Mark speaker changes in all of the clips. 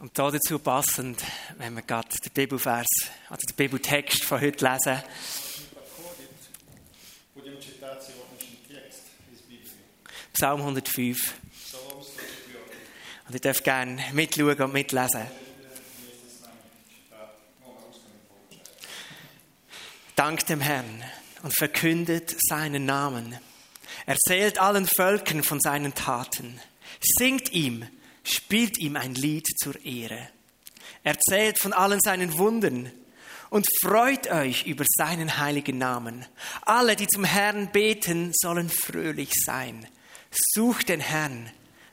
Speaker 1: Und Um dazu passend, wenn wir gerade den Bibelvers, also den Bibeltext von heute lesen,
Speaker 2: Будемо читати сьогоднішній текст із Біблії.
Speaker 1: Psalm 105.
Speaker 2: Псалом 104
Speaker 1: Und ich darf gerne mitschauen und mitlesen.
Speaker 2: місце з нами читати. Ну, на русском не виходить.
Speaker 1: Dankt dem Herrn und verkündet seinen Namen. Erzählt allen Völkern von seinen Taten. Singt ihm, spielt ihm ein Lied zur Ehre. Erzählt von allen seinen Wundern und freut euch über seinen heiligen Namen. Alle, die zum Herrn beten, sollen fröhlich sein. Sucht den Herrn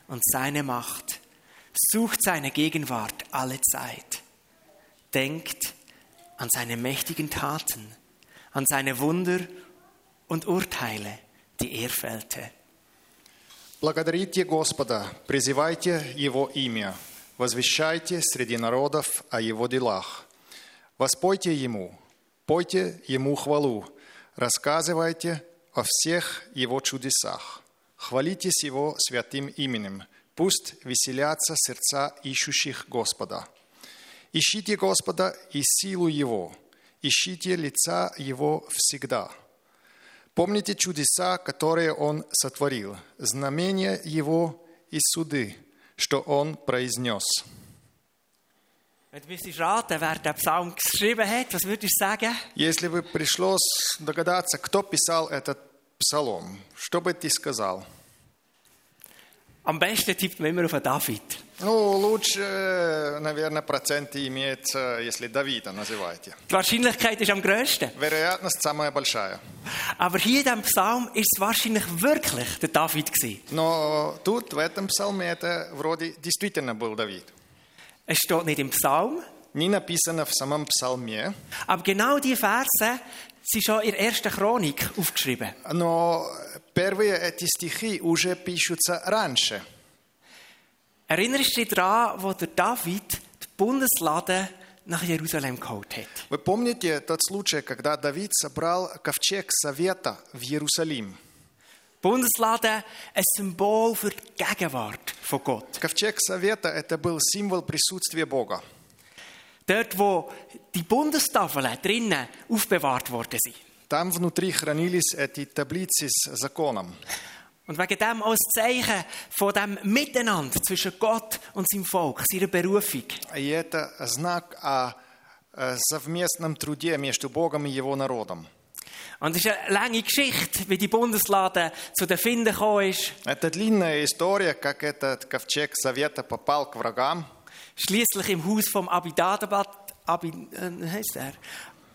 Speaker 1: und seine Macht. Sucht seine Gegenwart alle Zeit. Denkt an seine mächtigen Taten, an seine Wunder und Urteile, die er fällte.
Speaker 2: Благодарите Господа, призывайте Его имя, возвещайте среди народов о Его делах. Воспойте Ему, пойте Ему хвалу, рассказывайте о всех Его чудесах. Хвалитесь Его святым именем, пусть веселятся сердца ищущих Господа. Ищите Господа и силу Его, ищите лица Его всегда – Помните чудеса, которые Он сотворил, знамения Его и суды, что Он произнес.
Speaker 1: Wenn du müsstest raten, wer den Psalm geschrieben hat, was würdest du sagen?
Speaker 2: Если бы пришлось догадаться, кто писал этот псалом, что бы ты сказал?
Speaker 1: Am besten tippt man immer auf den David.
Speaker 2: Ну, лучше, э, наверное, проценты имеет, э, если Давида называете.
Speaker 1: Die Wahrscheinlichkeit ist am grössten.
Speaker 2: Вероятность самая большая.
Speaker 1: Aber hier in diesem Psalm ist es wahrscheinlich wirklich der David. Gewesen.
Speaker 2: Но тут, в этом псалме, это вроде действительно был Давид.
Speaker 1: Es steht nicht im Psalm,
Speaker 2: Не написано в самом псалме,
Speaker 1: aber genau diese Verse sind schon in der ersten Chronik aufgeschrieben.
Speaker 2: Но первые эти стихи уже пишутся раньше.
Speaker 1: Erinnerst du dich daran, wo der David die Bundeslade nach Jerusalem geholt hat?
Speaker 2: Вы помните тот случай, когда Давид собрал ковчег Совета в Иерусалим?
Speaker 1: Bundeslade ein Symbol für die Gegenwart von Gott.
Speaker 2: Ковчег Совета – это был символ prисутствия Бога.
Speaker 1: Dort, wo die Bundestafeln drinnen aufbewahrt worden sind.
Speaker 2: Там внутри хранились эти таблицы с законом.
Speaker 1: Und wegen dem als Zeichen von dem Miteinander zwischen Gott und seinem Volk, seiner Berufung.
Speaker 2: И это знак о э, совместном труде между Богом и Его народом.
Speaker 1: Und es ist eine lange Geschichte, wie die Bundeslade zu den Finden gekommen ist.
Speaker 2: Это длинная история, как этот ковчег Совета попал к врагам.
Speaker 1: Schließlich im Haus vom Abinadab, Abin, äh, wie heisst er?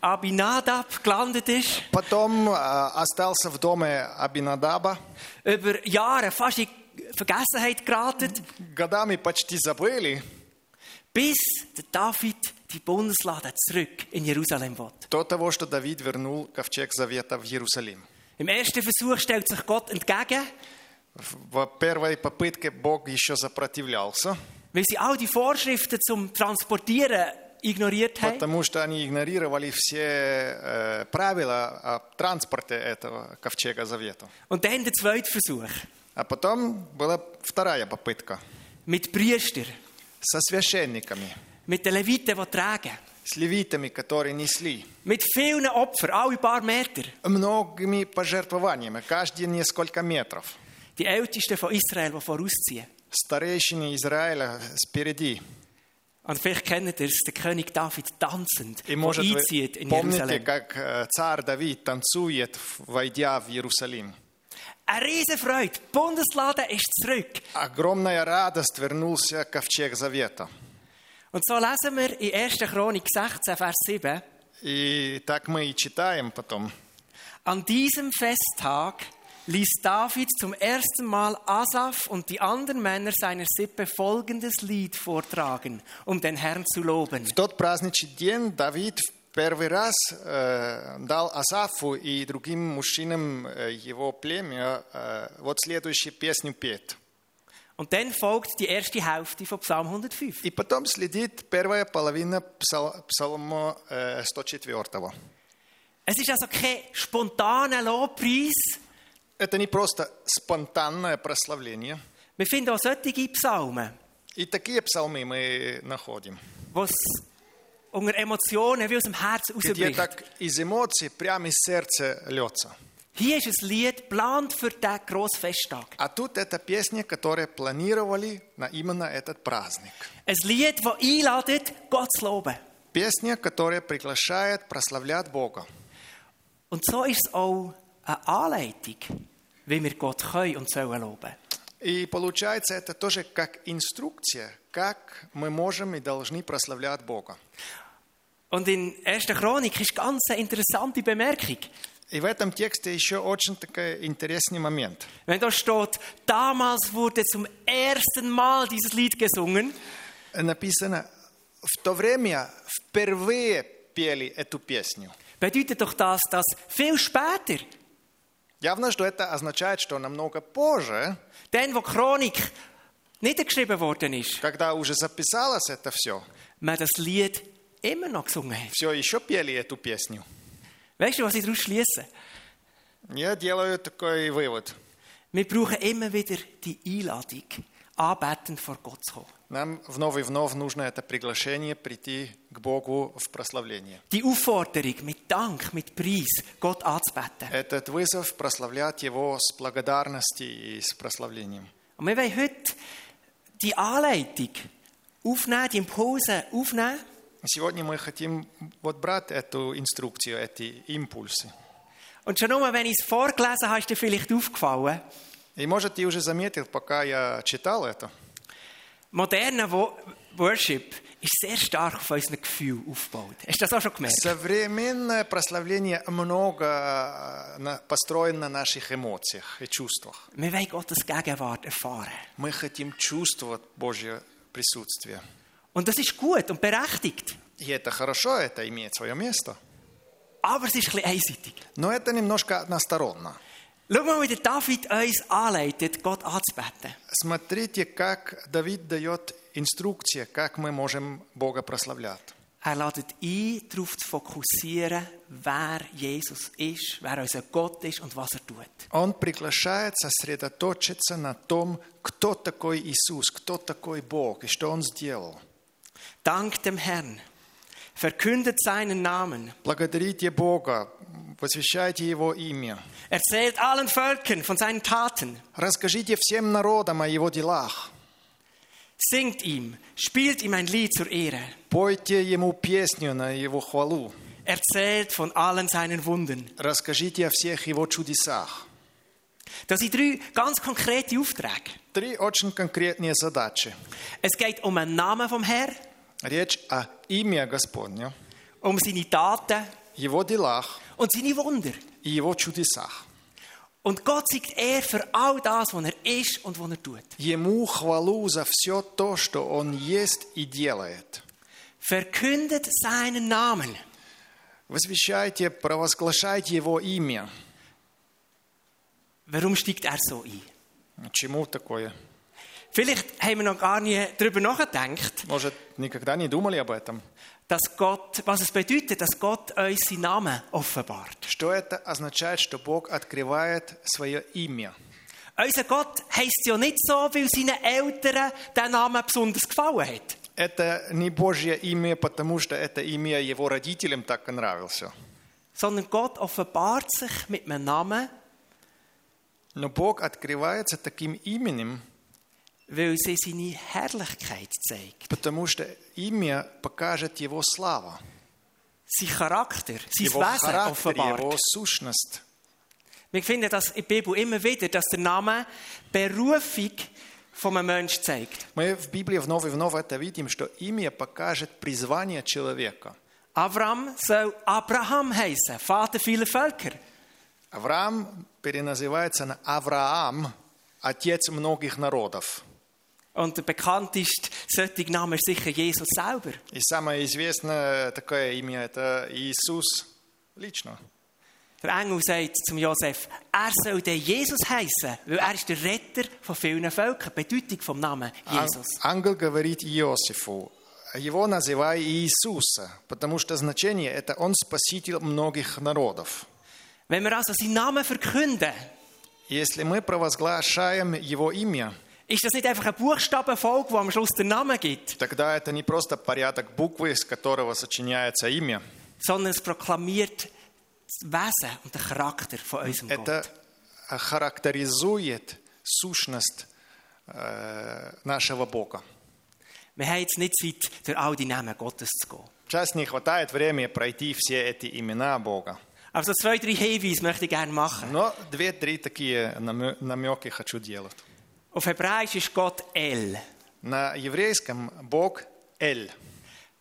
Speaker 1: Abinadab gelandet ist.
Speaker 2: Потом э, остался в доме Абинадаба.
Speaker 1: Über Jahre fast in Vergessenheit geraten.
Speaker 2: годами почти забыли,
Speaker 1: bis der David die Bundeslade zurück in Jerusalem will.
Speaker 2: до того, что Давид вернул ковчег Завета в Иерусалим.
Speaker 1: Im ersten Versuch stellt sich Gott entgegen,
Speaker 2: В первой попытке Бог еще сопротивлялся,
Speaker 1: weil sie all die Vorschriften zum Transportieren ignoriert haben.
Speaker 2: потому что они игнорировали все э, правила о транспорте этого ковчега Завета.
Speaker 1: Und dann der zweite Versuch
Speaker 2: А потом была вторая попытка
Speaker 1: mit Priestern,
Speaker 2: со священниками,
Speaker 1: mit den Leviten, die tragen,
Speaker 2: с левитами, которые несли
Speaker 1: mit vielen Opfern, alle paar Meter.
Speaker 2: многими пожертвованиями, каждые несколько метров.
Speaker 1: Die Ältesten von Israel, die vorausziehen.
Speaker 2: Старейшины Израиля спереди.
Speaker 1: Und vielleicht kennt ihr es, der König David tanzend,
Speaker 2: И
Speaker 1: der
Speaker 2: может вы
Speaker 1: einzieht in
Speaker 2: помните,
Speaker 1: Jerusalem.
Speaker 2: как э, царь Давид танцует, войдя в Иерусалим.
Speaker 1: Eine Riesenfreude, die Bundeslade ist zurück.
Speaker 2: Огромная радость вернулся ковчег Завета.
Speaker 1: Und so lesen wir in 1. Chronik 16, Vers 7.
Speaker 2: И так мы и читаем потом.
Speaker 1: An diesem Festtag ließ David zum ersten Mal Asaf und die anderen Männer seiner Sippe folgendes Lied vortragen, um den Herrn zu loben.
Speaker 2: В тот праздничный день Давид в первый раз э, дал Асафу и другим мужчинам э, его племя э, вот следующую песню петь.
Speaker 1: Und dann folgt die erste Hälfte von Psalm 105.
Speaker 2: И потом следит первая половина псал- псалма э, 104.
Speaker 1: Es ist also kein spontaner Lobpreis.
Speaker 2: Это не просто спонтанное прославление –
Speaker 1: Wir finden auch solche Psalmen.
Speaker 2: И такие псалмы мы находим,
Speaker 1: wo es unter Emotionen wie aus dem Herzen
Speaker 2: где
Speaker 1: rausbricht.
Speaker 2: так из эмоций прямо из сердца льется.
Speaker 1: Hier ist ein Lied geplant für diesen grossen Festtag.
Speaker 2: А тут это песни, которые планировали на именно этот праздник.
Speaker 1: Ein Lied, das einladet, Gott zu loben.
Speaker 2: Песня, которая приглашает прославлять Бога.
Speaker 1: Und so ist es auch eine Anleitung, wie wir Gott können und sollen loben.
Speaker 2: И получается это тоже как инструкция, как мы можем и должны прославлять Бога.
Speaker 1: Und in 1. Chronik ist ganz eine interessante Bemerkung.
Speaker 2: И в этом тексте еще очень такой интересный момент.
Speaker 1: Wenn da steht, damals wurde zum ersten Mal dieses Lied gesungen,
Speaker 2: Написано, в то время впервые пели эту песню.
Speaker 1: bedeutet doch das, dass viel später,
Speaker 2: Явно, что это означает, что намного позже,
Speaker 1: dann wo die Chronik niedergeschrieben worden ist,
Speaker 2: когда уже записалось это все,
Speaker 1: man das Lied immer noch gesungen hat.
Speaker 2: все еще пели эту песню.
Speaker 1: Weißt du, was ich daraus schließe?
Speaker 2: Я делаю такой вывод.
Speaker 1: Wir brauchen immer wieder die Einladung, anbetend vor Gott zu kommen.
Speaker 2: Нам вновь и вновь нужно это приглашение прийти к Богу в прославление.
Speaker 1: Die Aufforderung, mit Dank, mit Preis, Gott anzubeten.
Speaker 2: Этот вызов прославлять Его с благодарностью и с прославлением.
Speaker 1: Und wir wollen heute die Anleitung aufnehmen, die Impulse aufnehmen,
Speaker 2: Сегодня мы хотим вот брать эту инструкцию, эти импульсы.
Speaker 1: Und schon nur, wenn ich es vorgelesen habe, ist dir vielleicht aufgefallen,
Speaker 2: И, может, ты уже заметил, пока я читал это,
Speaker 1: moderner Wo Worship ist sehr stark von unseren Gefühlen aufgebaut. Hast du das auch schon gemerkt?
Speaker 2: современное прославление много э, на- построено на наших эмоциях и чувствах.
Speaker 1: Wir wollen Gottes Gegenwart erfahren.
Speaker 2: Мы хотим чувствовать Божье присутствие.
Speaker 1: Und das ist gut und berechtigt.
Speaker 2: И это хорошо, это имеет свое место.
Speaker 1: Aber es ist ein bisschen einseitig.
Speaker 2: Но это немножко односторонно.
Speaker 1: Schau mal, wie der David uns anleitet, Gott anzubeten.
Speaker 2: Смотрите, как Давид дает инструкции, как мы можем Бога прославлять.
Speaker 1: Er lädt ein, darauf zu fokussieren, wer Jesus ist, wer unser Gott ist und was er tut.
Speaker 2: Он приглашает сосредоточиться на том, кто такой Иисус, кто такой Бог и что Он сделал.
Speaker 1: Dank dem Herrn. Verkündet seinen Namen.
Speaker 2: Благодарите Бога, посвящайте Его имя.
Speaker 1: Erzählt allen Völkern von seinen Taten.
Speaker 2: Расскажите всем народам о Его делах.
Speaker 1: Singt ihm, spielt ihm ein Lied zur Ehre.
Speaker 2: Пойте Ему песню на Его хвалу.
Speaker 1: Erzählt von allen seinen Wunden.
Speaker 2: Расскажите о всех Его чудесах.
Speaker 1: Das sind drei ganz konkrete Aufträge.
Speaker 2: Три очень конкретные задачи.
Speaker 1: Es geht um den Namen vom Herrn,
Speaker 2: Речь о имя Господне,
Speaker 1: um seine Taten
Speaker 2: Его делах
Speaker 1: und seine Wunder.
Speaker 2: и Его чудесах.
Speaker 1: Und Gott zeigt er für all das, was er ist und was er tut.
Speaker 2: Ему хвалу за все то, что Он есть и делает.
Speaker 1: Verkündet seinen Namen.
Speaker 2: Возвещайте, провозглашайте Его имя.
Speaker 1: Warum steigt er so ein?
Speaker 2: Чему такое?
Speaker 1: Vielleicht haben wir noch gar nie darüber nachgedacht,
Speaker 2: Может, никогда не думали об этом?
Speaker 1: dass Gott, was es bedeutet, dass Gott uns seinen Namen offenbart.
Speaker 2: Что это означает, что Бог открывает свое имя?
Speaker 1: Unser Gott heisst ja nicht so, weil seinen Eltern der Name besonders gefallen hat.
Speaker 2: Это не Божье имя, потому что это имя его родителям так нравился.
Speaker 1: Sondern Gott offenbart sich mit einem Namen,
Speaker 2: Но Бог открывается таким именем,
Speaker 1: weil sie seine Herrlichkeit zeigt.
Speaker 2: потому что имя покажет его слава,
Speaker 1: Sein Charakter, sein
Speaker 2: его
Speaker 1: Wesen
Speaker 2: характер,
Speaker 1: offenbart.
Speaker 2: его сущность.
Speaker 1: Wir finden das in der Bibel immer wieder, dass der Name Berufung von einem Menschen zeigt.
Speaker 2: Мы в Библии вновь и вновь это видим, что имя покажет призвание человека.
Speaker 1: Abraham soll Abraham heißen, Vater vieler Völker.
Speaker 2: Авраам переназывается на Авраам, отец многих народов.
Speaker 1: Und der bekannteste solche Name ist sicher Jesus selber.
Speaker 2: И самое известное такое имя – это Иисус лично.
Speaker 1: Der Engel sagt zum Josef, er soll den Jesus heißen, weil er ist der Retter von vielen Völkern. Die Bedeutung vom Namen
Speaker 2: Ан-
Speaker 1: Jesus.
Speaker 2: Ангел говорит Иосифу, его называй Иисуса, потому что значение – это он спаситель многих народов.
Speaker 1: Wenn wir also seinen Namen verkünden,
Speaker 2: Если мы провозглашаем его имя,
Speaker 1: Ist das nicht einfach eine Buchstabenfolge, die am Schluss den Namen gibt,
Speaker 2: Тогда это не просто порядок буквы, из которого сочиняется имя.
Speaker 1: sondern es proklamiert das Wesen und den Charakter von unserem
Speaker 2: Это
Speaker 1: Gott?
Speaker 2: характеризует сущность э, нашего Бога.
Speaker 1: Wir haben jetzt nicht Zeit, durch all die Namen Gottes zu gehen.
Speaker 2: Сейчас не хватает времени пройти все эти имена Бога.
Speaker 1: Aber so Also zwei, drei Hinweise möchte ich gerne machen.
Speaker 2: Но две-три такие намё- намеки хочу делать.
Speaker 1: Auf Hebräisch ist Gott El.
Speaker 2: На еврейском Бог Эль.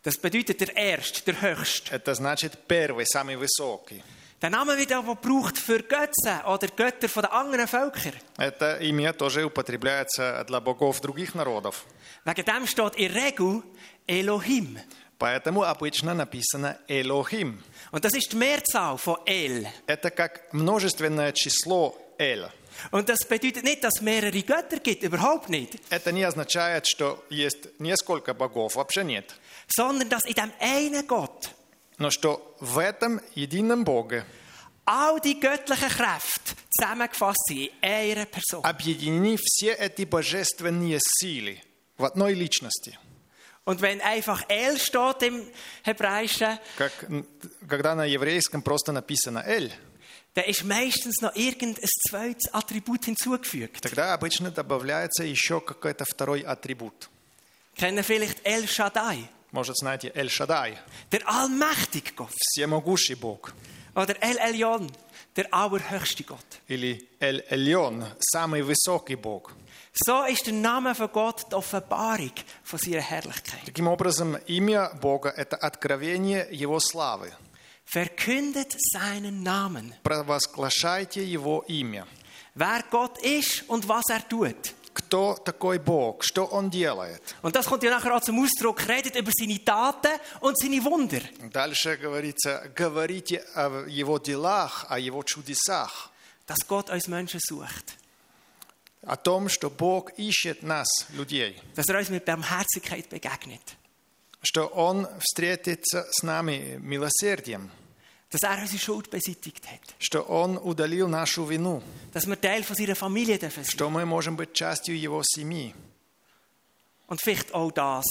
Speaker 1: Das bedeutet der Erste, der Höchste.
Speaker 2: Это значит первый, самый высокий.
Speaker 1: Der Name wird aber gebraucht für Götzen oder Götter von den anderen Völkern.
Speaker 2: Это имя тоже употребляется для богов других народов.
Speaker 1: Wegen dem steht in der Regel Elohim.
Speaker 2: Поэтому обычно написано Элохим.
Speaker 1: Und das ist die Mehrzahl von El.
Speaker 2: Это как множественное число Эль.
Speaker 1: Und das bedeutet nicht, dass es mehrere Götter gibt, überhaupt nicht.
Speaker 2: Это не означает, что есть несколько богов, вообще нет.
Speaker 1: Sondern, dass in dem einen Gott
Speaker 2: Но что в этом едином Боге
Speaker 1: all die göttlichen Kräfte zusammengefasst sind in einer Person.
Speaker 2: объединены все эти божественные силы в одной личности.
Speaker 1: Und wenn einfach El steht im Hebräischen,
Speaker 2: Как, м, когда на еврейском просто написано «эль»,
Speaker 1: dann ist meistens noch irgendein zweites Attribut hinzugefügt.
Speaker 2: тогда обычно добавляется еще какой-то второй атрибут.
Speaker 1: Kennen vielleicht El Shaddai,
Speaker 2: Может, знаете, «эль-шадай»
Speaker 1: der allmächtige Gott.
Speaker 2: – «всемогущий Бог»,
Speaker 1: Oder El Elyon, der allerhöchste Gott.
Speaker 2: или «эль-эльон» – «самый высокий Бог».
Speaker 1: So ist der Name von Gott die Offenbarung von seiner Herrlichkeit.
Speaker 2: Таким образом, имя Бога – это откровение Его славы.
Speaker 1: Verkündet seinen Namen,
Speaker 2: Провозглашайте Его имя.
Speaker 1: wer Gott ist und was er tut.
Speaker 2: Кто такой Бог? Что Он делает?
Speaker 1: Und das kommt ja nachher auch zum Ausdruck. Redet über seine Taten und seine Wunder.
Speaker 2: Дальше говорится, говорите о Его делах, о Его чудесах,
Speaker 1: Dass Gott uns Menschen sucht.
Speaker 2: о том, что Бог ищет нас, людей,
Speaker 1: Dass er uns mit Barmherzigkeit begegnet.
Speaker 2: что Он встретится с нами милосердием,
Speaker 1: Dass er unsere Schuld beseitigt hat.
Speaker 2: что Он удалил нашу вину,
Speaker 1: Dass wir Teil von seiner Familie dürfen sein.
Speaker 2: что мы можем быть частью Его семьи.
Speaker 1: Und vielleicht auch das,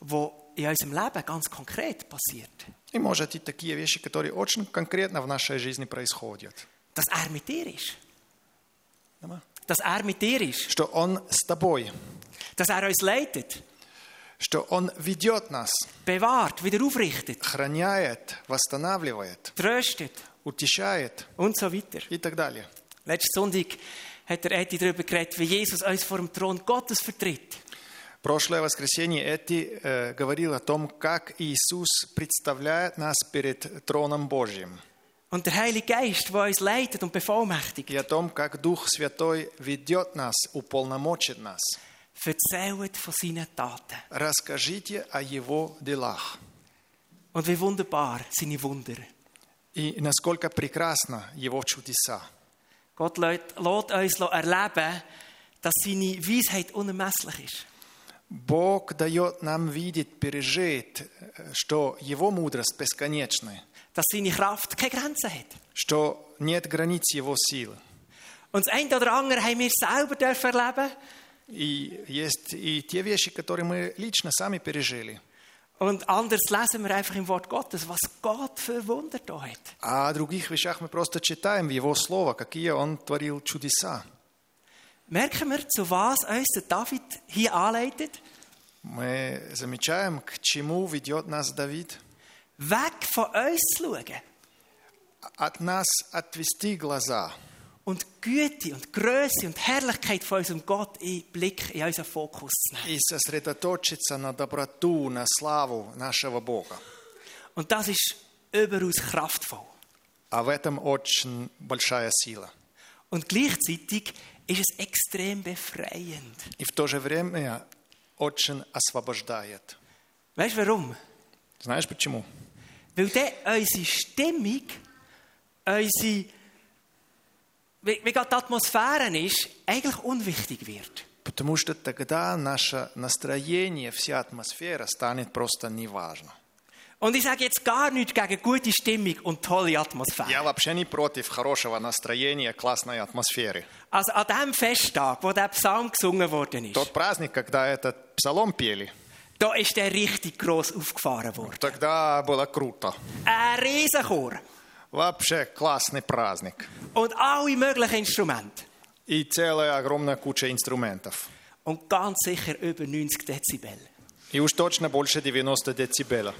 Speaker 1: was in unserem Leben ganz konkret passiert.
Speaker 2: И, может, и такие вещи, которые очень конкретно в нашей жизни происходят.
Speaker 1: Dass er mit dir ist. Dass er mit dir ist.
Speaker 2: Что Он с тобой,
Speaker 1: Dass er uns leitet,
Speaker 2: что Он ведет нас,
Speaker 1: bewahrt, wieder aufrichtet,
Speaker 2: храняет, восстанавливает,
Speaker 1: tröstet
Speaker 2: утешает
Speaker 1: und so weiter.
Speaker 2: и так далее.
Speaker 1: Letzten Sonntag hat der Edi darüber geredet, wie Jesus uns vor dem Thron Gottes vertritt.
Speaker 2: Прошлое воскресенье Эти э, говорил о том, как Иисус представляет нас перед троном Божьим
Speaker 1: Und der Heilige Geist, der uns leitet und bevollmächtigt,
Speaker 2: и о том, как Дух Святой ведет нас, уполномочит нас.
Speaker 1: erzählt von seinen Taten.
Speaker 2: Расскажите о Его делах
Speaker 1: Und wie wunderbar seine Wunder.
Speaker 2: и насколько прекрасно Его чудеса.
Speaker 1: Gott lädt lädt uns erleben, dass seine Weisheit unermesslich ist.
Speaker 2: Бог дает нам видеть, пережить, э, что Его мудрость бесконечна,
Speaker 1: Dass seine Kraft keine Grenzen hat.
Speaker 2: что нет границ Его силы.
Speaker 1: Und das eine oder andere haben wir selber dürfen erleben
Speaker 2: И есть и те вещи, которые мы лично сами пережили –
Speaker 1: Und anders lesen wir einfach im Wort Gottes, was Gott für Wunder da hat.
Speaker 2: А о других вещах мы просто читаем в Его Слово, какие Он творил чудеса.
Speaker 1: Merken wir, zu was uns der David hier anleitet?
Speaker 2: Мы замечаем, к чему ведет нас Давид.
Speaker 1: Weg von uns zu schauen
Speaker 2: От нас отвести глаза
Speaker 1: und Güte und Größe und Herrlichkeit von unserem Gott in den Blick, in unseren Fokus zu nehmen.
Speaker 2: и сосредоточиться на доброту, на славу нашего Бога.
Speaker 1: Und das ist überaus kraftvoll.
Speaker 2: А в этом очень большая сила.
Speaker 1: Und gleichzeitig ist es extrem befreiend.
Speaker 2: И в то же время очень освобождает.
Speaker 1: Weißt du warum?
Speaker 2: Знаешь почему?
Speaker 1: Weil dann unsere Stimmung, unsere, wie, wie gerade die Atmosphäre ist, eigentlich unwichtig wird.
Speaker 2: Потому что тогда наше настроение, вся атмосфера станет просто неважно.
Speaker 1: Und ich sage jetzt gar nichts gegen gute Stimmung und tolle Atmosphäre.
Speaker 2: Я вообще не против хорошего настроения, классной атмосферы.
Speaker 1: Also an dem Festtag, wo der Psalm gesungen worden ist,
Speaker 2: Тот праздник, когда этот псалом пели,
Speaker 1: da ist der richtig gross aufgefahren worden.
Speaker 2: тогда было круто.
Speaker 1: Ein Riesenchor
Speaker 2: Вообще классный праздник.
Speaker 1: und alle möglichen Instrumente.
Speaker 2: И целая огромная куча инструментов.
Speaker 1: Und ganz sicher über 90 Dezibel.
Speaker 2: И уж точно больше 90 децибелов.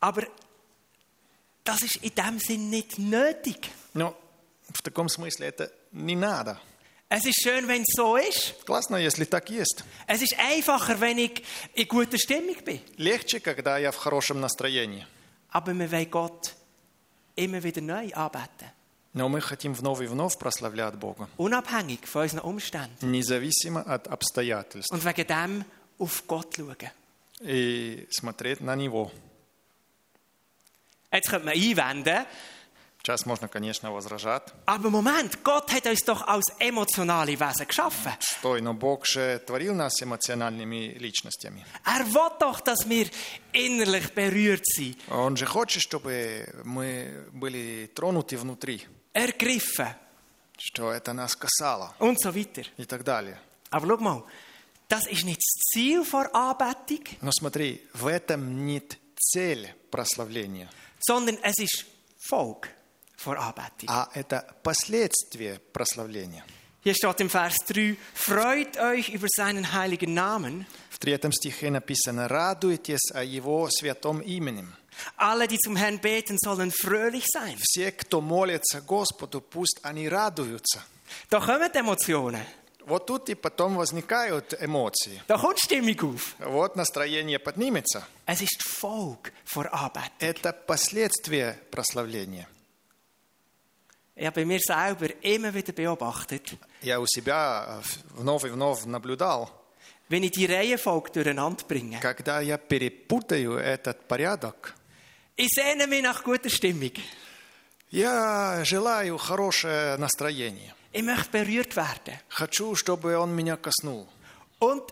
Speaker 1: Aber das ist in dem Sinn nicht nötig.
Speaker 2: Но Ну, в таком смысле это не надо.
Speaker 1: Es ist schön, wenn es so ist.
Speaker 2: Классно, если так есть.
Speaker 1: Es ist einfacher, wenn ich in guter Stimmung bin.
Speaker 2: Легче, когда я в хорошем настроении.
Speaker 1: Aber wir wollen Gott immer wieder neu anbeten.
Speaker 2: Но мы хотим вновь и вновь прославлять Бога,
Speaker 1: Unabhängig von unseren Umständen.
Speaker 2: независимо от обстоятельств,
Speaker 1: Und wegen dem auf Gott schauen.
Speaker 2: и смотреть на Него.
Speaker 1: Jetzt könnte man einwenden,
Speaker 2: Сейчас можно, конечно, возражать.
Speaker 1: aber Moment, Gott hat uns doch als emotionale Wesen geschaffen.
Speaker 2: Стой, но Бог же творил нас эмоциональными личностями.
Speaker 1: Er will doch, dass wir innerlich berührt sind,
Speaker 2: Он же хочет, чтобы мы были тронуты внутри,
Speaker 1: ergriffen
Speaker 2: что это нас касало
Speaker 1: und so weiter.
Speaker 2: и так далее.
Speaker 1: Aber schau mal, das ist nicht das Ziel der Anbetung,
Speaker 2: Но смотри, в этом нет цель прославления,
Speaker 1: sondern es ist Folge der Anbetung.
Speaker 2: а это последствие прославления.
Speaker 1: Hier steht im Vers 3, freut euch über seinen heiligen Namen,
Speaker 2: В третьем стихе написано «Радуйтесь о Его святом именем».
Speaker 1: alle, die zum Herrn beten, sollen fröhlich sein.
Speaker 2: Все, кто молится Господу, пусть они радуются.
Speaker 1: Da kommen die Emotionen,
Speaker 2: Вот тут и потом возникают эмоции.
Speaker 1: da kommt Stimmung auf.
Speaker 2: Вот настроение поднимется.
Speaker 1: Es ist die Folge der Anbetung.
Speaker 2: Это последствие прославления.
Speaker 1: Ich habe bei mir selber immer wieder beobachtet,
Speaker 2: Я у себя э, вновь и вновь наблюдал,
Speaker 1: wenn ich die Reihenfolge durcheinander bringe.
Speaker 2: когда я перепутаю этот порядок,
Speaker 1: Ich sehne mich nach guter Stimmung.
Speaker 2: я желаю хорошее настроение.
Speaker 1: Ich möchte berührt werden.
Speaker 2: Хочу, чтобы он меня коснул.
Speaker 1: Und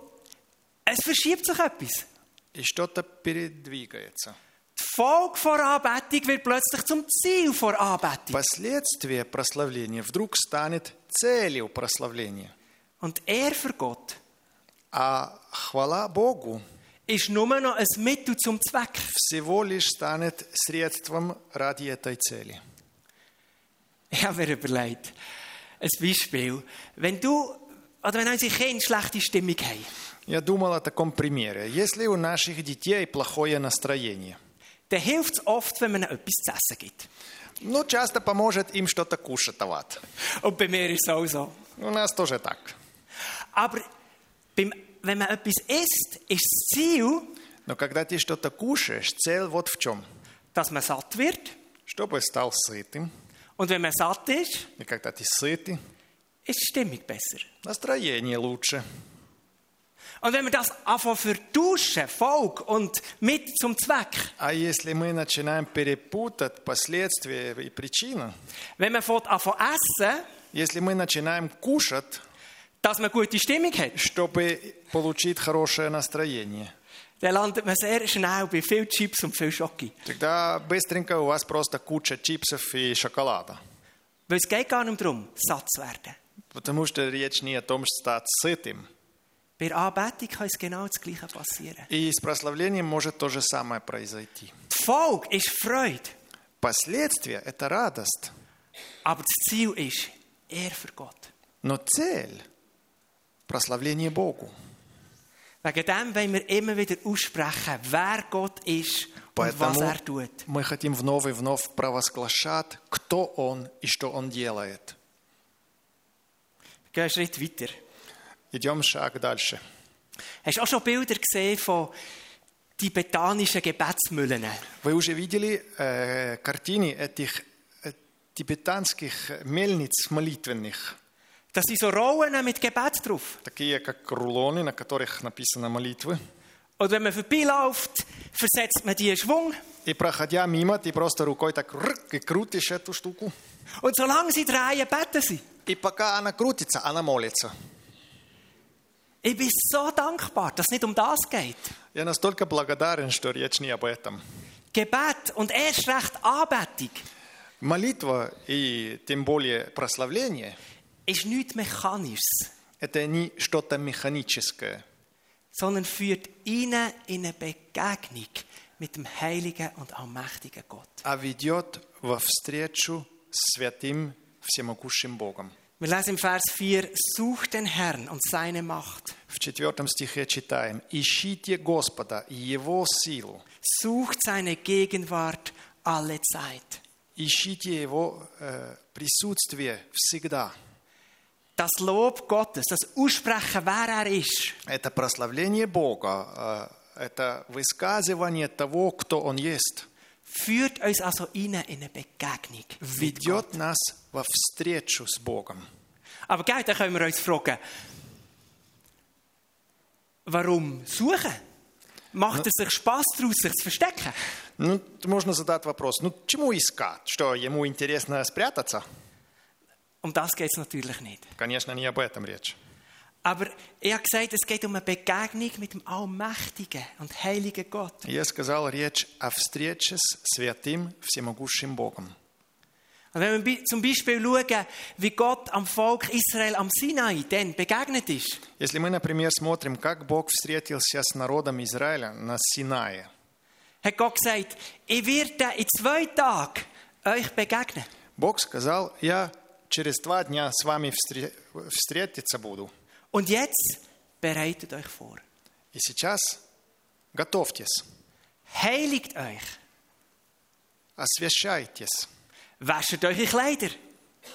Speaker 1: es verschiebt sich etwas.
Speaker 2: И что-то передвигается.
Speaker 1: Die Folge vor Anbetung wird plötzlich zum Ziel vor Anbetung.
Speaker 2: Последствие прославления вдруг станет целью прославления.
Speaker 1: Und er für Gott
Speaker 2: А хвала Богу
Speaker 1: ist nur noch ein Mittel zum Zweck.
Speaker 2: всего лишь станет средством ради этой цели.
Speaker 1: Ich habe mir überlegt, ein Beispiel. Wenn du, oder wenn unsere Kinder schlechte Stimmung haben,
Speaker 2: Я думал о таком примере. Если у наших детей плохое настроение,
Speaker 1: dann hilft es oft, wenn man ihnen etwas zu essen gibt.
Speaker 2: ну, часто поможет им что-то кушать давать.
Speaker 1: Und bei mir ist es auch so.
Speaker 2: У нас тоже так.
Speaker 1: Aber beim, wenn man etwas isst, ist das Ziel,
Speaker 2: Но когда ты что-то kушаешь, цель вот в чем.
Speaker 1: dass man satt wird.
Speaker 2: Чтобы стал сытым.
Speaker 1: Und wenn man satt ist,
Speaker 2: И когда ты сытый,
Speaker 1: ist die Stimmung besser.
Speaker 2: настроение лучше.
Speaker 1: Und wenn wir das anfangen vertauschen, Volk und Mittel zum Zweck,
Speaker 2: А если мы начинаем перепутать последствия и причину,
Speaker 1: wenn man fängt an zu essen,
Speaker 2: если мы начинаем кушать,
Speaker 1: dass man gute Stimmung hat,
Speaker 2: чтобы получить хорошее настроение,
Speaker 1: dann landet man sehr schnell bei viel Chips und viel Schoki.
Speaker 2: тогда быстренько у вас просто куча чипсов и шоколада.
Speaker 1: Weil es geht gar nicht darum, satt zu werden.
Speaker 2: Потому что речь не о том, что стать сытым.
Speaker 1: Bei der Anbetung kann es genau das Gleiche passieren.
Speaker 2: И с прославлением может то же самое произойти.
Speaker 1: Die Folge ist Freude,
Speaker 2: Последствия – это радость,
Speaker 1: aber das Ziel ist Ehr für Gott.
Speaker 2: но цель – прославление Богу.
Speaker 1: Wegen dem wollen wir immer wieder aussprechen, wer Gott ist und was
Speaker 2: Поэтому
Speaker 1: er tut.
Speaker 2: мы хотим вновь и вновь провозглашать, кто Он и что Он делает.
Speaker 1: Wir gehen einen Schritt weiter.
Speaker 2: Идем шаг дальше.
Speaker 1: Hast du auch schon Bilder gesehen von tibetanischen Gebetsmühlen?
Speaker 2: Вы уже видели э, картины этих э, тибетанских мельниц молитвенных,
Speaker 1: Das sind so Rollen mit Gebet drauf.
Speaker 2: такие как рулоны, на которых написаны молитвы.
Speaker 1: Und wenn man vorbeiläuft, versetzt man die in Schwung.
Speaker 2: И проходя мимо, ты просто рукой так рык и крутишь эту штуку.
Speaker 1: Und solange sie drehen, beten sie.
Speaker 2: И пока она крутится, она молится.
Speaker 1: Ich bin so dankbar, dass es nicht um das geht.
Speaker 2: Я настолько благодарен, что речь не об этом.
Speaker 1: Gebet und erst recht Anbetung
Speaker 2: Молитва и тем более прославление
Speaker 1: ist nichts Mechanisches,
Speaker 2: – это не что-то механическое,
Speaker 1: sondern führt rein in eine Begegnung mit dem heiligen und allmächtigen Gott.
Speaker 2: а ведет во встречу с святым всемогущим Богом.
Speaker 1: Wir lesen im Vers 4, sucht den Herrn und seine Macht.
Speaker 2: В четвертом стихе читаем «Ищите Господа и Его силу,
Speaker 1: sucht seine Gegenwart alle Zeit.
Speaker 2: ищите Его э, присутствие всегда».
Speaker 1: Das Lob Gottes, das Aussprechen, wer er ist,
Speaker 2: Это прославление Бога, э, это высказывание того, кто Он есть,
Speaker 1: führt uns also rein in eine Begegnung. mit Gott.
Speaker 2: ведет нас во встречу с Богом.
Speaker 1: Aber gell, dann können wir uns fragen, warum suchen? Macht es sich Spass daraus, sich zu verstecken?
Speaker 2: Ну, можно задать вопрос, ну, чему искать? Что, ему интересно спрятаться?
Speaker 1: Um das geht es natürlich nicht.
Speaker 2: Конечно, не об этом речь.
Speaker 1: Aber ich habe gesagt, es geht um eine Begegnung mit dem allmächtigen und heiligen Gott.
Speaker 2: Я сказал речь о встрече с святым всемогущим Богом.
Speaker 1: Und wenn wir bi- zum Beispiel schauen, wie Gott am Volk Israel am Sinai dann begegnet ist,
Speaker 2: Если мы, например, смотрим, как Бог встретился с народом Израиля на Синае,
Speaker 1: hat Gott gesagt, ich werde in zwei Tagen euch begegnen.
Speaker 2: Бог сказал, я через два дня с вами встре- встретиться буду.
Speaker 1: Und jetzt bereitet euch vor.
Speaker 2: И сейчас готовьтесь,
Speaker 1: Heiligt euch.
Speaker 2: освящайтесь,
Speaker 1: Wäscht eure Kleider.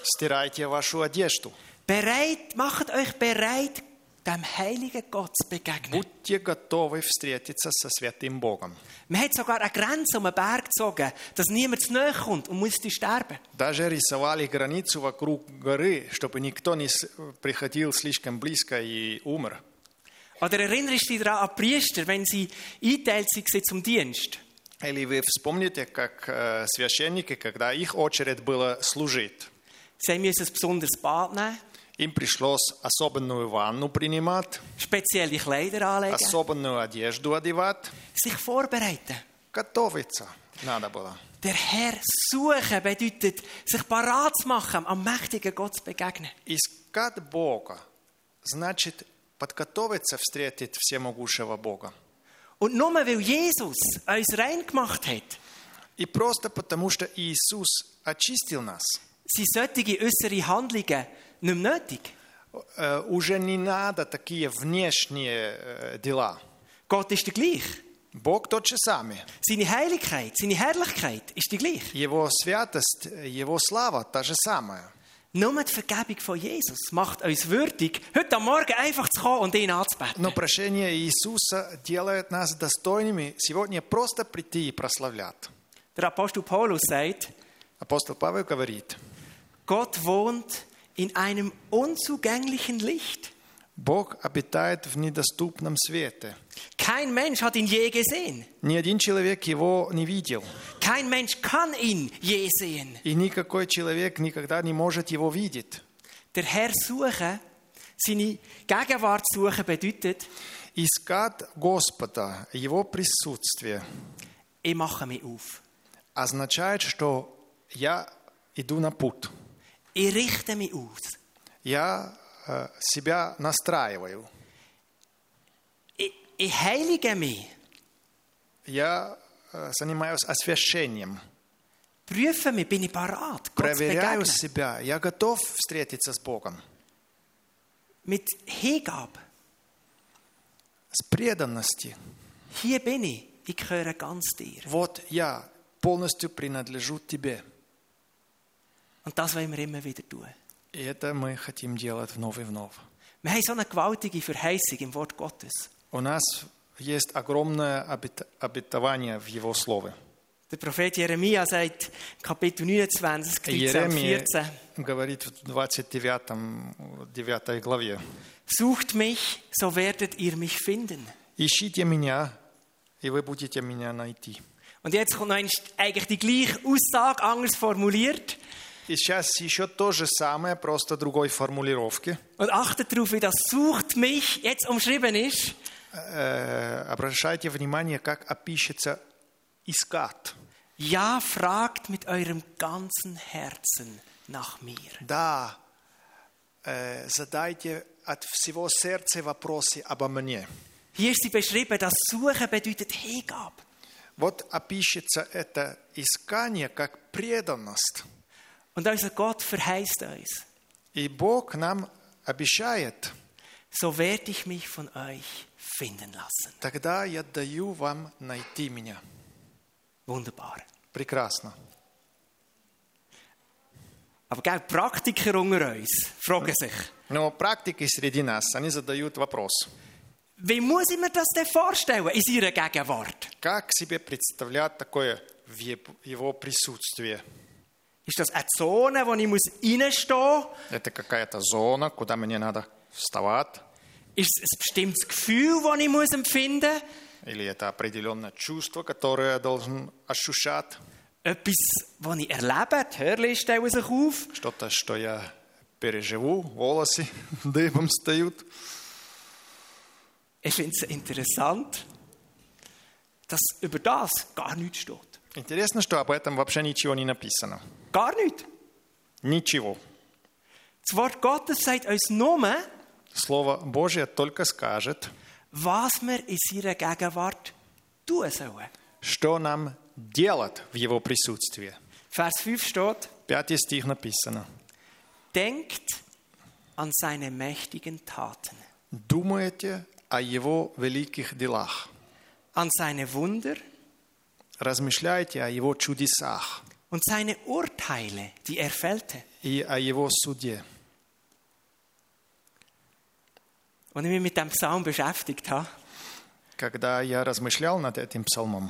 Speaker 2: стирайте вашу одежду,
Speaker 1: Bereit, macht euch bereit, dem heiligen Gott zu begegnen.
Speaker 2: будьте готовы встретиться со святым Богом.
Speaker 1: Man hat sogar eine Grenze um einen Berg gezogen, dass niemand zu nahe kommt und musste sterben.
Speaker 2: Даже рисовали границу вокруг горы, чтобы никто не с- приходил слишком близко и умер.
Speaker 1: Oder erinnerst du dich daran an die Priester, wenn sie eingeteilt waren zum Dienst?
Speaker 2: Или вы вспомните, как э, священники, когда их очередь была служить,
Speaker 1: Sie müssen ein besonderes Bad nehmen,
Speaker 2: им пришлось особенную ванну принимать,
Speaker 1: spezielle Kleider anlegen,
Speaker 2: особенную одежду одевать.
Speaker 1: sich vorbereiten.
Speaker 2: Готовиться надо было.
Speaker 1: Der Herr suchen bedeutet, sich parat zu machen, am mächtigen Gott zu begegnen.
Speaker 2: Искать Бога значит подготовиться встретить всемогущего Бога.
Speaker 1: Und nur weil Jesus uns rein gemacht hat,
Speaker 2: И просто потому, что Иисус очистил нас,
Speaker 1: sind solche äußere Handlungen nicht mehr nötig.
Speaker 2: э, уже не надо такие внешние э, дела.
Speaker 1: Gott ist der gleich.
Speaker 2: Бог тот же самый.
Speaker 1: Seine Heiligkeit, seine Herrlichkeit ist die gleich.
Speaker 2: Его святость, э, Его слава та же самая.
Speaker 1: Nur die Vergebung von Jesus macht uns würdig, heute am Morgen einfach zu kommen und ihn anzubeten.
Speaker 2: Но прощение Иисуса делает нас достойными сегодня просто прийти и прославлять.
Speaker 1: Der Apostel Paulus sagt,
Speaker 2: Апостол Павел говорит,
Speaker 1: Gott wohnt in einem unzugänglichen Licht.
Speaker 2: Бог обитает в недоступном свете.
Speaker 1: Kein Mensch hat ihn je gesehen.
Speaker 2: Ни один человек его не видел,
Speaker 1: Kein Mensch kann ihn je sehen.
Speaker 2: и никакой человек никогда не может его видеть.
Speaker 1: Der Herr suchen, seine Gegenwart suchen bedeutet,
Speaker 2: Искать Господа, Его присутствие,
Speaker 1: ich mache mich auf.
Speaker 2: означает, что я иду на путь,
Speaker 1: Ich richte mich aus.
Speaker 2: я э, себя настраиваю,
Speaker 1: Ich, ich heilige mich.
Speaker 2: я э, занимаюсь освящением,
Speaker 1: Prüfe mich, bin ich parat, Gott zu
Speaker 2: проверяю
Speaker 1: begegnen.
Speaker 2: себя, я готов встретиться с Богом,
Speaker 1: Mit Hingabe.
Speaker 2: с преданности.
Speaker 1: Hier bin ich. Ich gehöre ganz dir.
Speaker 2: Вот я полностью принадлежу Тебе.
Speaker 1: Und das wollen wir immer wieder tun.
Speaker 2: И это мы хотим делать вновь и вновь.
Speaker 1: Wir haben so eine gewaltige Verheißung im Wort Gottes.
Speaker 2: У нас есть огромное обет- обетование в Его Слове.
Speaker 1: Der Prophet Jeremia sagt, Kapitel 29, 13 und
Speaker 2: Иеремия
Speaker 1: 14,
Speaker 2: говорит в 29 9 главе.
Speaker 1: Sucht mich, so werdet ihr mich finden.
Speaker 2: «Ищите меня, и вы будете меня найти».
Speaker 1: Und jetzt kommt noch einst- eigentlich die gleiche Aussage, anders formuliert.
Speaker 2: И сейчас еще то же самое, просто другой формулировки.
Speaker 1: Und achtet darauf, wie das sucht mich jetzt umschrieben ist.
Speaker 2: Э, обращайте внимание, как опишется искат.
Speaker 1: Ja, fragt mit eurem ganzen Herzen nach mir.
Speaker 2: Да, э, задайте от всего сердца вопросы обо мне.
Speaker 1: Hier ist sie beschrieben, dass Suchen bedeutet Hingabe.
Speaker 2: Вот опишется это искание как преданность.
Speaker 1: Und unser Gott verheißt uns,
Speaker 2: И Бог нам обещает,
Speaker 1: so werde ich mich von euch finden lassen.
Speaker 2: тогда я даю вам найти меня.
Speaker 1: Wunderbar.
Speaker 2: Прекрасно.
Speaker 1: Aber gell, Praktiker unter uns fragen sich,
Speaker 2: Но практики среди нас, они задают вопрос.
Speaker 1: wie muss ich mir das denn vorstellen in seiner Gegenwart?
Speaker 2: Как себе представлять такое в еб- его присутствие?
Speaker 1: Ist das eine Zone, wo ich muss reinstehen muss?
Speaker 2: Это какая-то зона, куда мне надо вставать?
Speaker 1: Ist es ein bestimmtes Gefühl, das ich muss empfinden muss?
Speaker 2: Или это определенное чувство, которое я должен ощущать?
Speaker 1: Etwas, das ich erlebe? Die Hörli stellen sich auf.
Speaker 2: Что-то, что я переживу, волосы дыбом встают.
Speaker 1: Ich finde es interessant, dass über das gar nichts steht.
Speaker 2: Интересно, что об этом вообще ничего не написано.
Speaker 1: Gar nichts.
Speaker 2: Ничего.
Speaker 1: Das Wort Gottes sagt uns nur,
Speaker 2: Слово Божье только скажет,
Speaker 1: was wir in seiner Gegenwart tun sollen.
Speaker 2: что нам делать в его присутствии.
Speaker 1: Vers 5 steht,
Speaker 2: Пятый стих написано.
Speaker 1: denkt an seine mächtigen Taten,
Speaker 2: Думайте о его великих делах.
Speaker 1: an seine Wunder
Speaker 2: Размышляйте о его чудесах
Speaker 1: und seine Urteile, die er fällte.
Speaker 2: и о его суде.
Speaker 1: Als ich mich mit dem Psalm beschäftigt habe,
Speaker 2: Когда я размышлял над этим псалмом,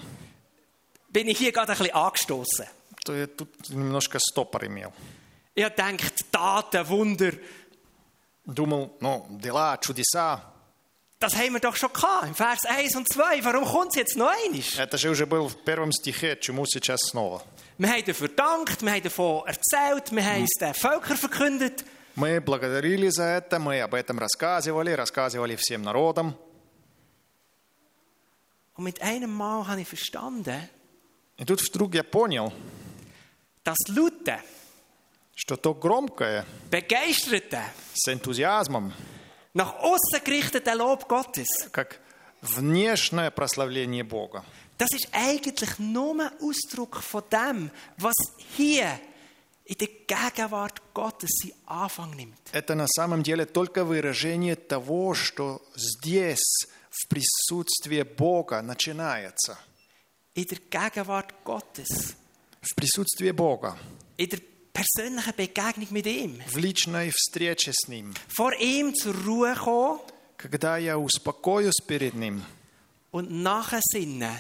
Speaker 1: bin ich hier gerade ein bisschen angestoßen.
Speaker 2: то я тут немножко стопор имел.
Speaker 1: Ich habe gedacht, Taten, Wunder,
Speaker 2: Думал, ну, дела, чудеса,
Speaker 1: das haben wir doch schon gehabt, im Vers 1 und 2. Warum kommt es jetzt noch einmal?
Speaker 2: это же уже был в первом стихе, чему сейчас снова.
Speaker 1: Wir haben dafür gedankt, wir haben davon erzählt, wir haben es den Völkern verkündet.
Speaker 2: Мы благодарили за это, мы об этом рассказывали, рассказывали всем народам.
Speaker 1: Und mit einem Mal habe ich verstanden,
Speaker 2: И тут вдруг я понял,
Speaker 1: dass Laute,
Speaker 2: что то громкое,
Speaker 1: Begeisterte,
Speaker 2: с энтузиазмом,
Speaker 1: nach außen gerichtete Lob Gottes,
Speaker 2: как внешнее прославление Бога.
Speaker 1: das ist eigentlich nur ein Ausdruck von dem, was hier in der Gegenwart Gottes seinen Anfang nimmt.
Speaker 2: Это на самом деле только выражение того, что здесь, в присутствии Бога, начинается.
Speaker 1: In der Gegenwart Gottes,
Speaker 2: В присутствии Бога,
Speaker 1: in der persönlichen Begegnung mit ihm.
Speaker 2: в личной встрече с Ним.
Speaker 1: Vor ihm zur Ruhe kommen
Speaker 2: Когда я успокоюсь перед Ним
Speaker 1: und nachsinnen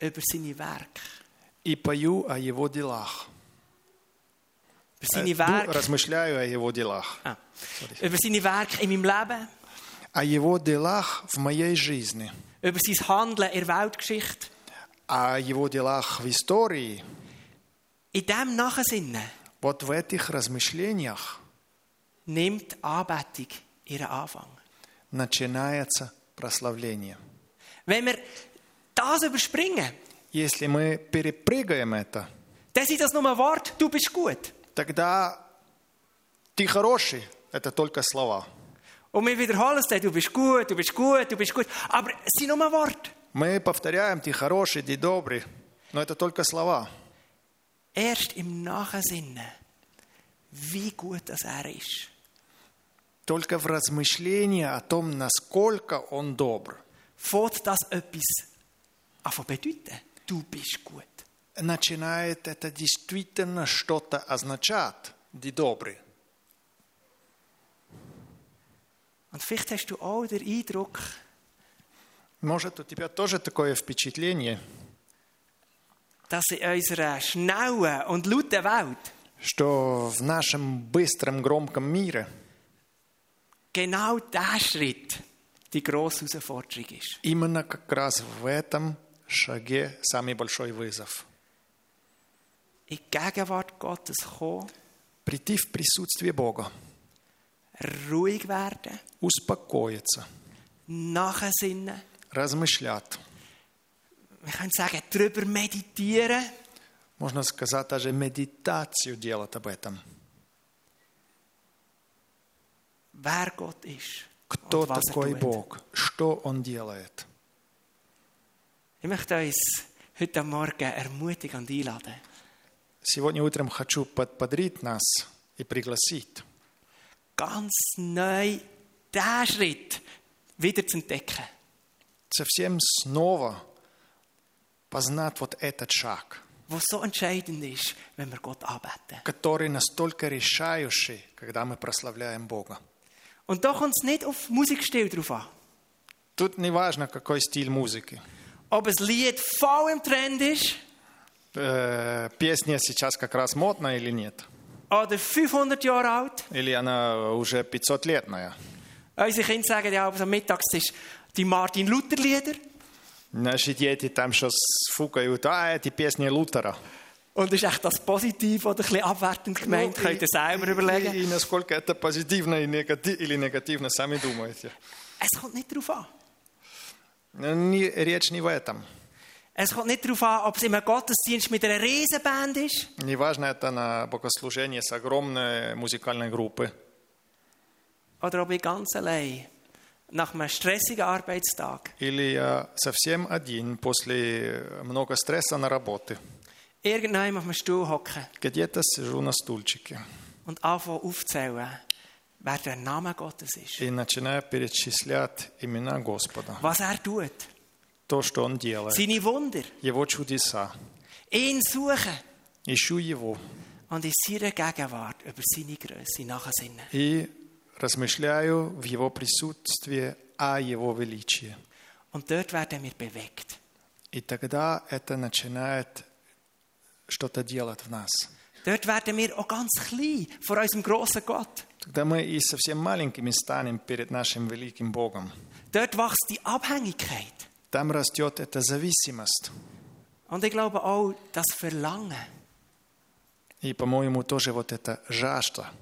Speaker 1: über seine Werke.
Speaker 2: и пою о Его делах.
Speaker 1: Über
Speaker 2: Э,
Speaker 1: seine
Speaker 2: ду-
Speaker 1: Werke.
Speaker 2: размышляю о Его делах.
Speaker 1: Ah. Über seine Werke in meinem Leben,
Speaker 2: О Его делах в моей жизни.
Speaker 1: über sein Handeln in der Weltgeschichte.
Speaker 2: а О Его делах в истории.
Speaker 1: In dem Nachsinnen
Speaker 2: Вот в этих размышлениях
Speaker 1: nimmt Anbetung ihren Anfang.
Speaker 2: начинается прославление.
Speaker 1: Wenn wir das überspringen,
Speaker 2: Если мы перепрыгаем это,
Speaker 1: dann sind das nur Worte, du bist gut.
Speaker 2: тогда ты хороший, это только слова.
Speaker 1: Und wir wiederholen es dann, du bist gut, du bist gut, du bist gut. Aber es sind nur Worte.
Speaker 2: Мы повторяем, ты хороший, ты добрый, но это только слова.
Speaker 1: Erst im Nachsinnen, wie gut das er ist,
Speaker 2: Только в размышлении о том, насколько он добр,
Speaker 1: fängt das etwas an zu bedeuten. Du bist gut.
Speaker 2: начинает это действительно что-то означать, ты добрый.
Speaker 1: Und vielleicht hast du auch den Eindruck,
Speaker 2: Может, у тебя тоже такое впечатление,
Speaker 1: dass in unserer schnellen und lauten Welt
Speaker 2: что в нашем быстром, громком мире
Speaker 1: genau dieser Schritt die grosse Herausforderung ist.
Speaker 2: Именно как раз в этом шаге самый большой вызов.
Speaker 1: In die Gegenwart Gottes kommen
Speaker 2: прийти в присутствие Бога,
Speaker 1: ruhig werden,
Speaker 2: успокоиться,
Speaker 1: nachsinnen.
Speaker 2: размышлять.
Speaker 1: Wir können sagen, darüber meditieren.
Speaker 2: Можно сказать, даже медитацию делать об этом.
Speaker 1: wer Gott ist.
Speaker 2: Кто
Speaker 1: und was er
Speaker 2: такой
Speaker 1: tut.
Speaker 2: Бог? Что Он делает?
Speaker 1: Ich möchte uns heute Morgen ermutigen und einladen.
Speaker 2: Сегодня утром хочу подподрить нас и пригласить,
Speaker 1: Ganz neu diesen Schritt wieder zu entdecken.
Speaker 2: совсем снова познать вот этот шаг,
Speaker 1: Was so entscheidend ist, wenn wir Gott anbeten.
Speaker 2: который настолько решающий, когда мы прославляем Бога.
Speaker 1: Und da kommt es nicht auf Musikstil drauf an.
Speaker 2: Тут не важно, какой стиль музыки.
Speaker 1: Ob ein Lied voll im Trend ist
Speaker 2: Э, песня сейчас как раз модная или нет?
Speaker 1: oder 500 Jahre alt.
Speaker 2: Или она уже 500-летная?
Speaker 1: Unsere Kinder sagen ja aber am Mittagstisch die Martin Luther Lieder.
Speaker 2: Наши дети там что сфукают, а эти песни Лутера.
Speaker 1: Und ist echt das positiv oder ein bisschen abwertend gemeint? Könnt ihr selber
Speaker 2: Ну, и,
Speaker 1: überlegen.
Speaker 2: и насколько это позитивно и негати- или негативно, сами думаете.
Speaker 1: Es kommt nicht drauf an.
Speaker 2: Но не- речь не в этом.
Speaker 1: Es kommt nicht darauf an, ob es in einem Gottesdienst mit einer Riesenband ist
Speaker 2: Не важно это на богослужении с огромной музыкальной группы
Speaker 1: oder ob ich ganz allein nach einem stressigen Arbeitstag
Speaker 2: или я совсем один после много стресса на работе.
Speaker 1: irgendwann auf einem Stuhl hocke
Speaker 2: Где-то сижу на стульчике
Speaker 1: und anfange aufzählen, wer der Name Gottes ist,
Speaker 2: и начинаю перечислять имена Господа,
Speaker 1: was er tut,
Speaker 2: то, что Он делает,
Speaker 1: seine Wunder,
Speaker 2: Его чудеса.
Speaker 1: ihn suchen
Speaker 2: Ищу Его
Speaker 1: und in seiner Gegenwart über seine Größe nachsinnen.
Speaker 2: и размышляю в Его присутствии о Его величии.
Speaker 1: Und dort werden wir bewegt.
Speaker 2: И тогда это начинает что-то делать в нас.
Speaker 1: Dort werden wir auch ganz klein vor unserem grossen Gott.
Speaker 2: Тогда мы и совсем маленькими станем перед нашим великим Богом.
Speaker 1: Dort wächst die Abhängigkeit.
Speaker 2: Там растет эта зависимость.
Speaker 1: Und ich glaube auch, das Verlangen,
Speaker 2: И, по-моему, тоже вот эта жажда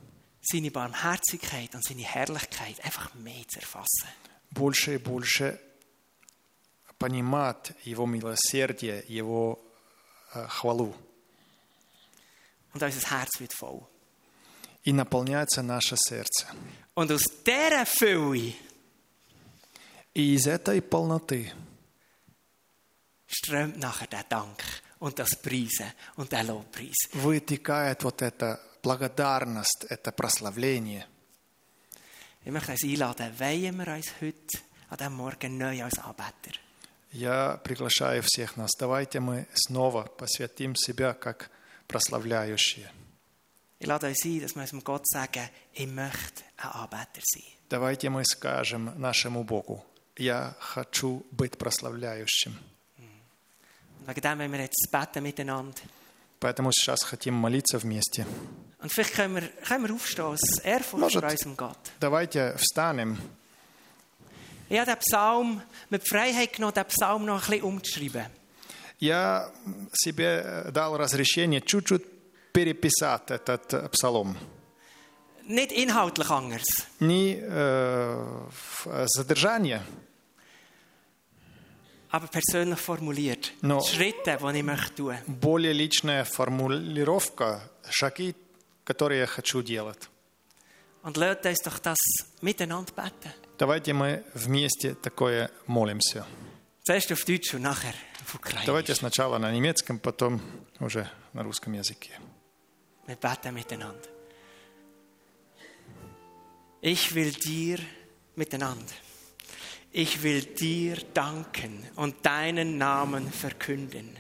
Speaker 1: seine Barmherzigkeit und seine Herrlichkeit einfach mehr zu erfassen.
Speaker 2: больше и больше понимать Его милосердие, Его э, хвалу.
Speaker 1: Und unser Herz wird voll.
Speaker 2: И наполняется наше сердце.
Speaker 1: Und aus dieser Fülle
Speaker 2: И из этой полноты
Speaker 1: strömt nachher der Dank und das Preisen und der Lobpreis.
Speaker 2: вытекает вот эта благодарность, это прославление.
Speaker 1: Ich möchte uns einladen, wollen wir uns heute an diesem Morgen neu als Anbeter.
Speaker 2: Я приглашаю всех нас. Давайте мы снова посвятим себя как прославляющие.
Speaker 1: Ich lade uns ein, dass wir unserem Gott sagen, ich möchte ein Anbeter sein.
Speaker 2: Давайте мы скажем нашему Богу, я хочу быть прославляющим.
Speaker 1: Und wegen dem wollen wir jetzt beten miteinander.
Speaker 2: Поэтому сейчас хотим молиться вместе.
Speaker 1: Und vielleicht können wir, können wir aufstehen aus Ehrfurcht vor
Speaker 2: Macht.
Speaker 1: unserem Gott.
Speaker 2: Давайте встанем.
Speaker 1: Ich habe den Psalm mit Freiheit genommen, den Psalm noch ein bisschen umzuschreiben.
Speaker 2: Я себе э, дал разрешение чуть-чуть переписать этот э, псалом.
Speaker 1: Nicht inhaltlich anders.
Speaker 2: Не э, в- э, задержание,
Speaker 1: aber persönlich formuliert.
Speaker 2: No.
Speaker 1: Die Schritte, die ich möchte tun möchte.
Speaker 2: более личная формулировка, шаги, которые я хочу делать.
Speaker 1: Und lasst uns doch das miteinander beten.
Speaker 2: Давайте мы вместе такое молимся.
Speaker 1: Zuerst auf Deutsch und nachher auf Ukrainisch.
Speaker 2: Давайте сначала на немецком, потом уже на русском языке.
Speaker 1: Wir beten miteinander. Ich will dir miteinander. Ich will dir danken und deinen Namen verkünden.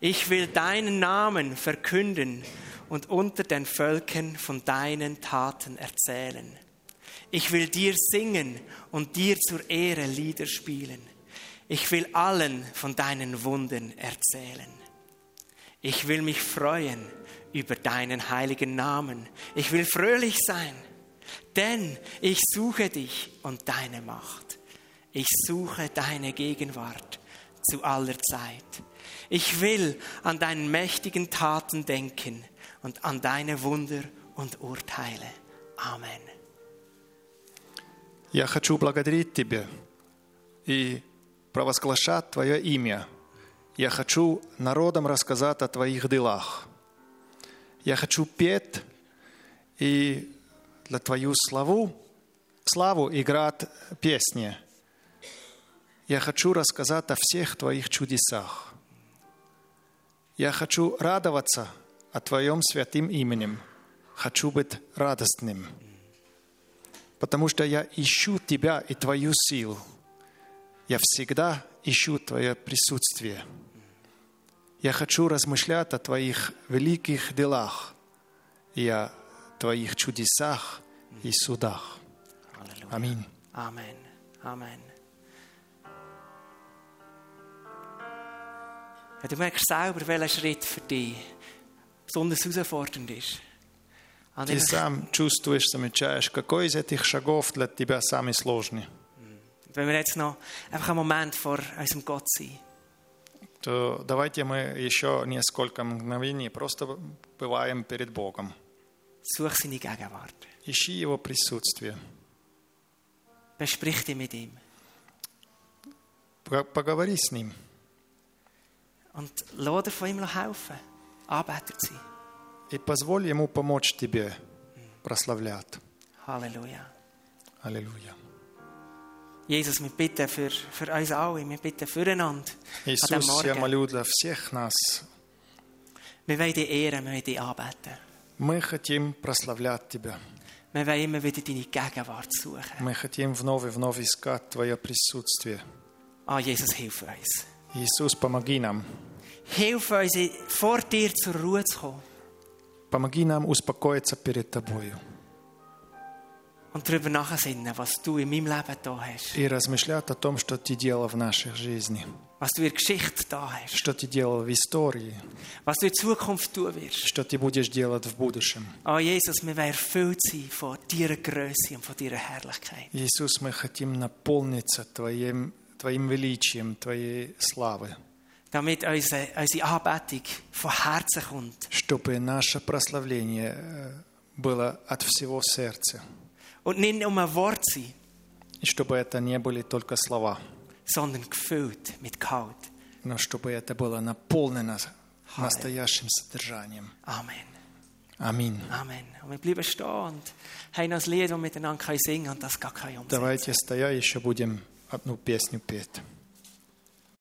Speaker 1: Ich will deinen Namen verkünden und unter den Völkern von deinen Taten erzählen. Ich will dir singen und dir zur Ehre Lieder spielen. Ich will allen von deinen Wunden erzählen. Ich will mich freuen über deinen heiligen Namen. Ich will fröhlich sein, denn ich suche dich und deine Macht. Ich suche deine Gegenwart zu aller Zeit. Ich will an deinen mächtigen Taten denken und an deine Wunder und urteile. Amen.
Speaker 2: Я хочу благодарить Тебя и провозглашать Твое имя. Я хочу народам рассказать о Твоих делах. Я хочу петь и для Твою славу, славу играть песни. Я хочу рассказать о всех Твоих чудесах. Я хочу радоваться о Твоем святым именем. Хочу быть радостным. Потому что я ищу Тебя и Твою силу. Я всегда ищу Твое присутствие. Я хочу размышлять о Твоих великих делах и о Твоих чудесах и судах.
Speaker 1: Halleluja.
Speaker 2: Аминь.
Speaker 1: Amen. Amen. Ja, du merkst selber, welcher Schritt für dich besonders herausfordernd ist. Also An
Speaker 2: Ты
Speaker 1: dem
Speaker 2: сам чувствуешь, замечаешь, какой из этих шагов для тебя самый сложный.
Speaker 1: wenn wir jetzt noch einfach einen Moment vor unserem Gott sind,
Speaker 2: То давайте мы еще несколько мгновений просто бываем перед Богом.
Speaker 1: such seine Gegenwart.
Speaker 2: Ищи Его присутствие.
Speaker 1: Besprich dich mit ihm
Speaker 2: Пог- Поговори с Ним.
Speaker 1: und lass dir von ihm helfen, Anbeter zu sein.
Speaker 2: И позволь Ему помочь тебе прославлять.
Speaker 1: Halleluja.
Speaker 2: Аллилуйя.
Speaker 1: Jesus, wir bitten für, für uns alle, wir bitten füreinander an diesem
Speaker 2: Иисус, я
Speaker 1: Morgen.
Speaker 2: молю для всех нас.
Speaker 1: Wir wollen dich ehren, wir wollen dich anbeten.
Speaker 2: Мы хотим прославлять Тебя.
Speaker 1: Wir wollen immer wieder deine Gegenwart suchen.
Speaker 2: Мы хотим вновь и вновь искать Твое присутствие.
Speaker 1: Ah, Jesus, hilf uns.
Speaker 2: Иисус, помоги нам.
Speaker 1: Hilf uns, vor dir zur Ruhe zu kommen
Speaker 2: Помоги нам успокоиться перед Тобою
Speaker 1: und darüber nachsinnen, was du in meinem Leben da hast,
Speaker 2: и размышлять о том, что Ты делал в нашей жизни,
Speaker 1: was du in der Geschichte da hast,
Speaker 2: что Ты делал в истории,
Speaker 1: was du in Zukunft tun wirst.
Speaker 2: что Ты будешь делать в будущем.
Speaker 1: Ah, Jesus, wir wollen erfüllt sein von deiner Größe und von deiner Herrlichkeit.
Speaker 2: Иисус, мы хотим наполниться Твоим, Твоим величием, Твоей славы,
Speaker 1: Damit unsere, unsere Anbetung von Herzen kommt
Speaker 2: чтобы наше прославление э, было от всего сердца,
Speaker 1: und nicht nur ein Wort sein,
Speaker 2: и чтобы это не были только слова,
Speaker 1: sondern gefüllt mit Gehalt.
Speaker 2: но чтобы это было наполнено настоящим содержанием.
Speaker 1: Amen.
Speaker 2: Аминь.
Speaker 1: Amen. Und wir bleiben stehen und haben noch ein Lied, das wir miteinander singen können und das gar kein umsetzen.
Speaker 2: Давайте, стоя, еще будем одну песню петь.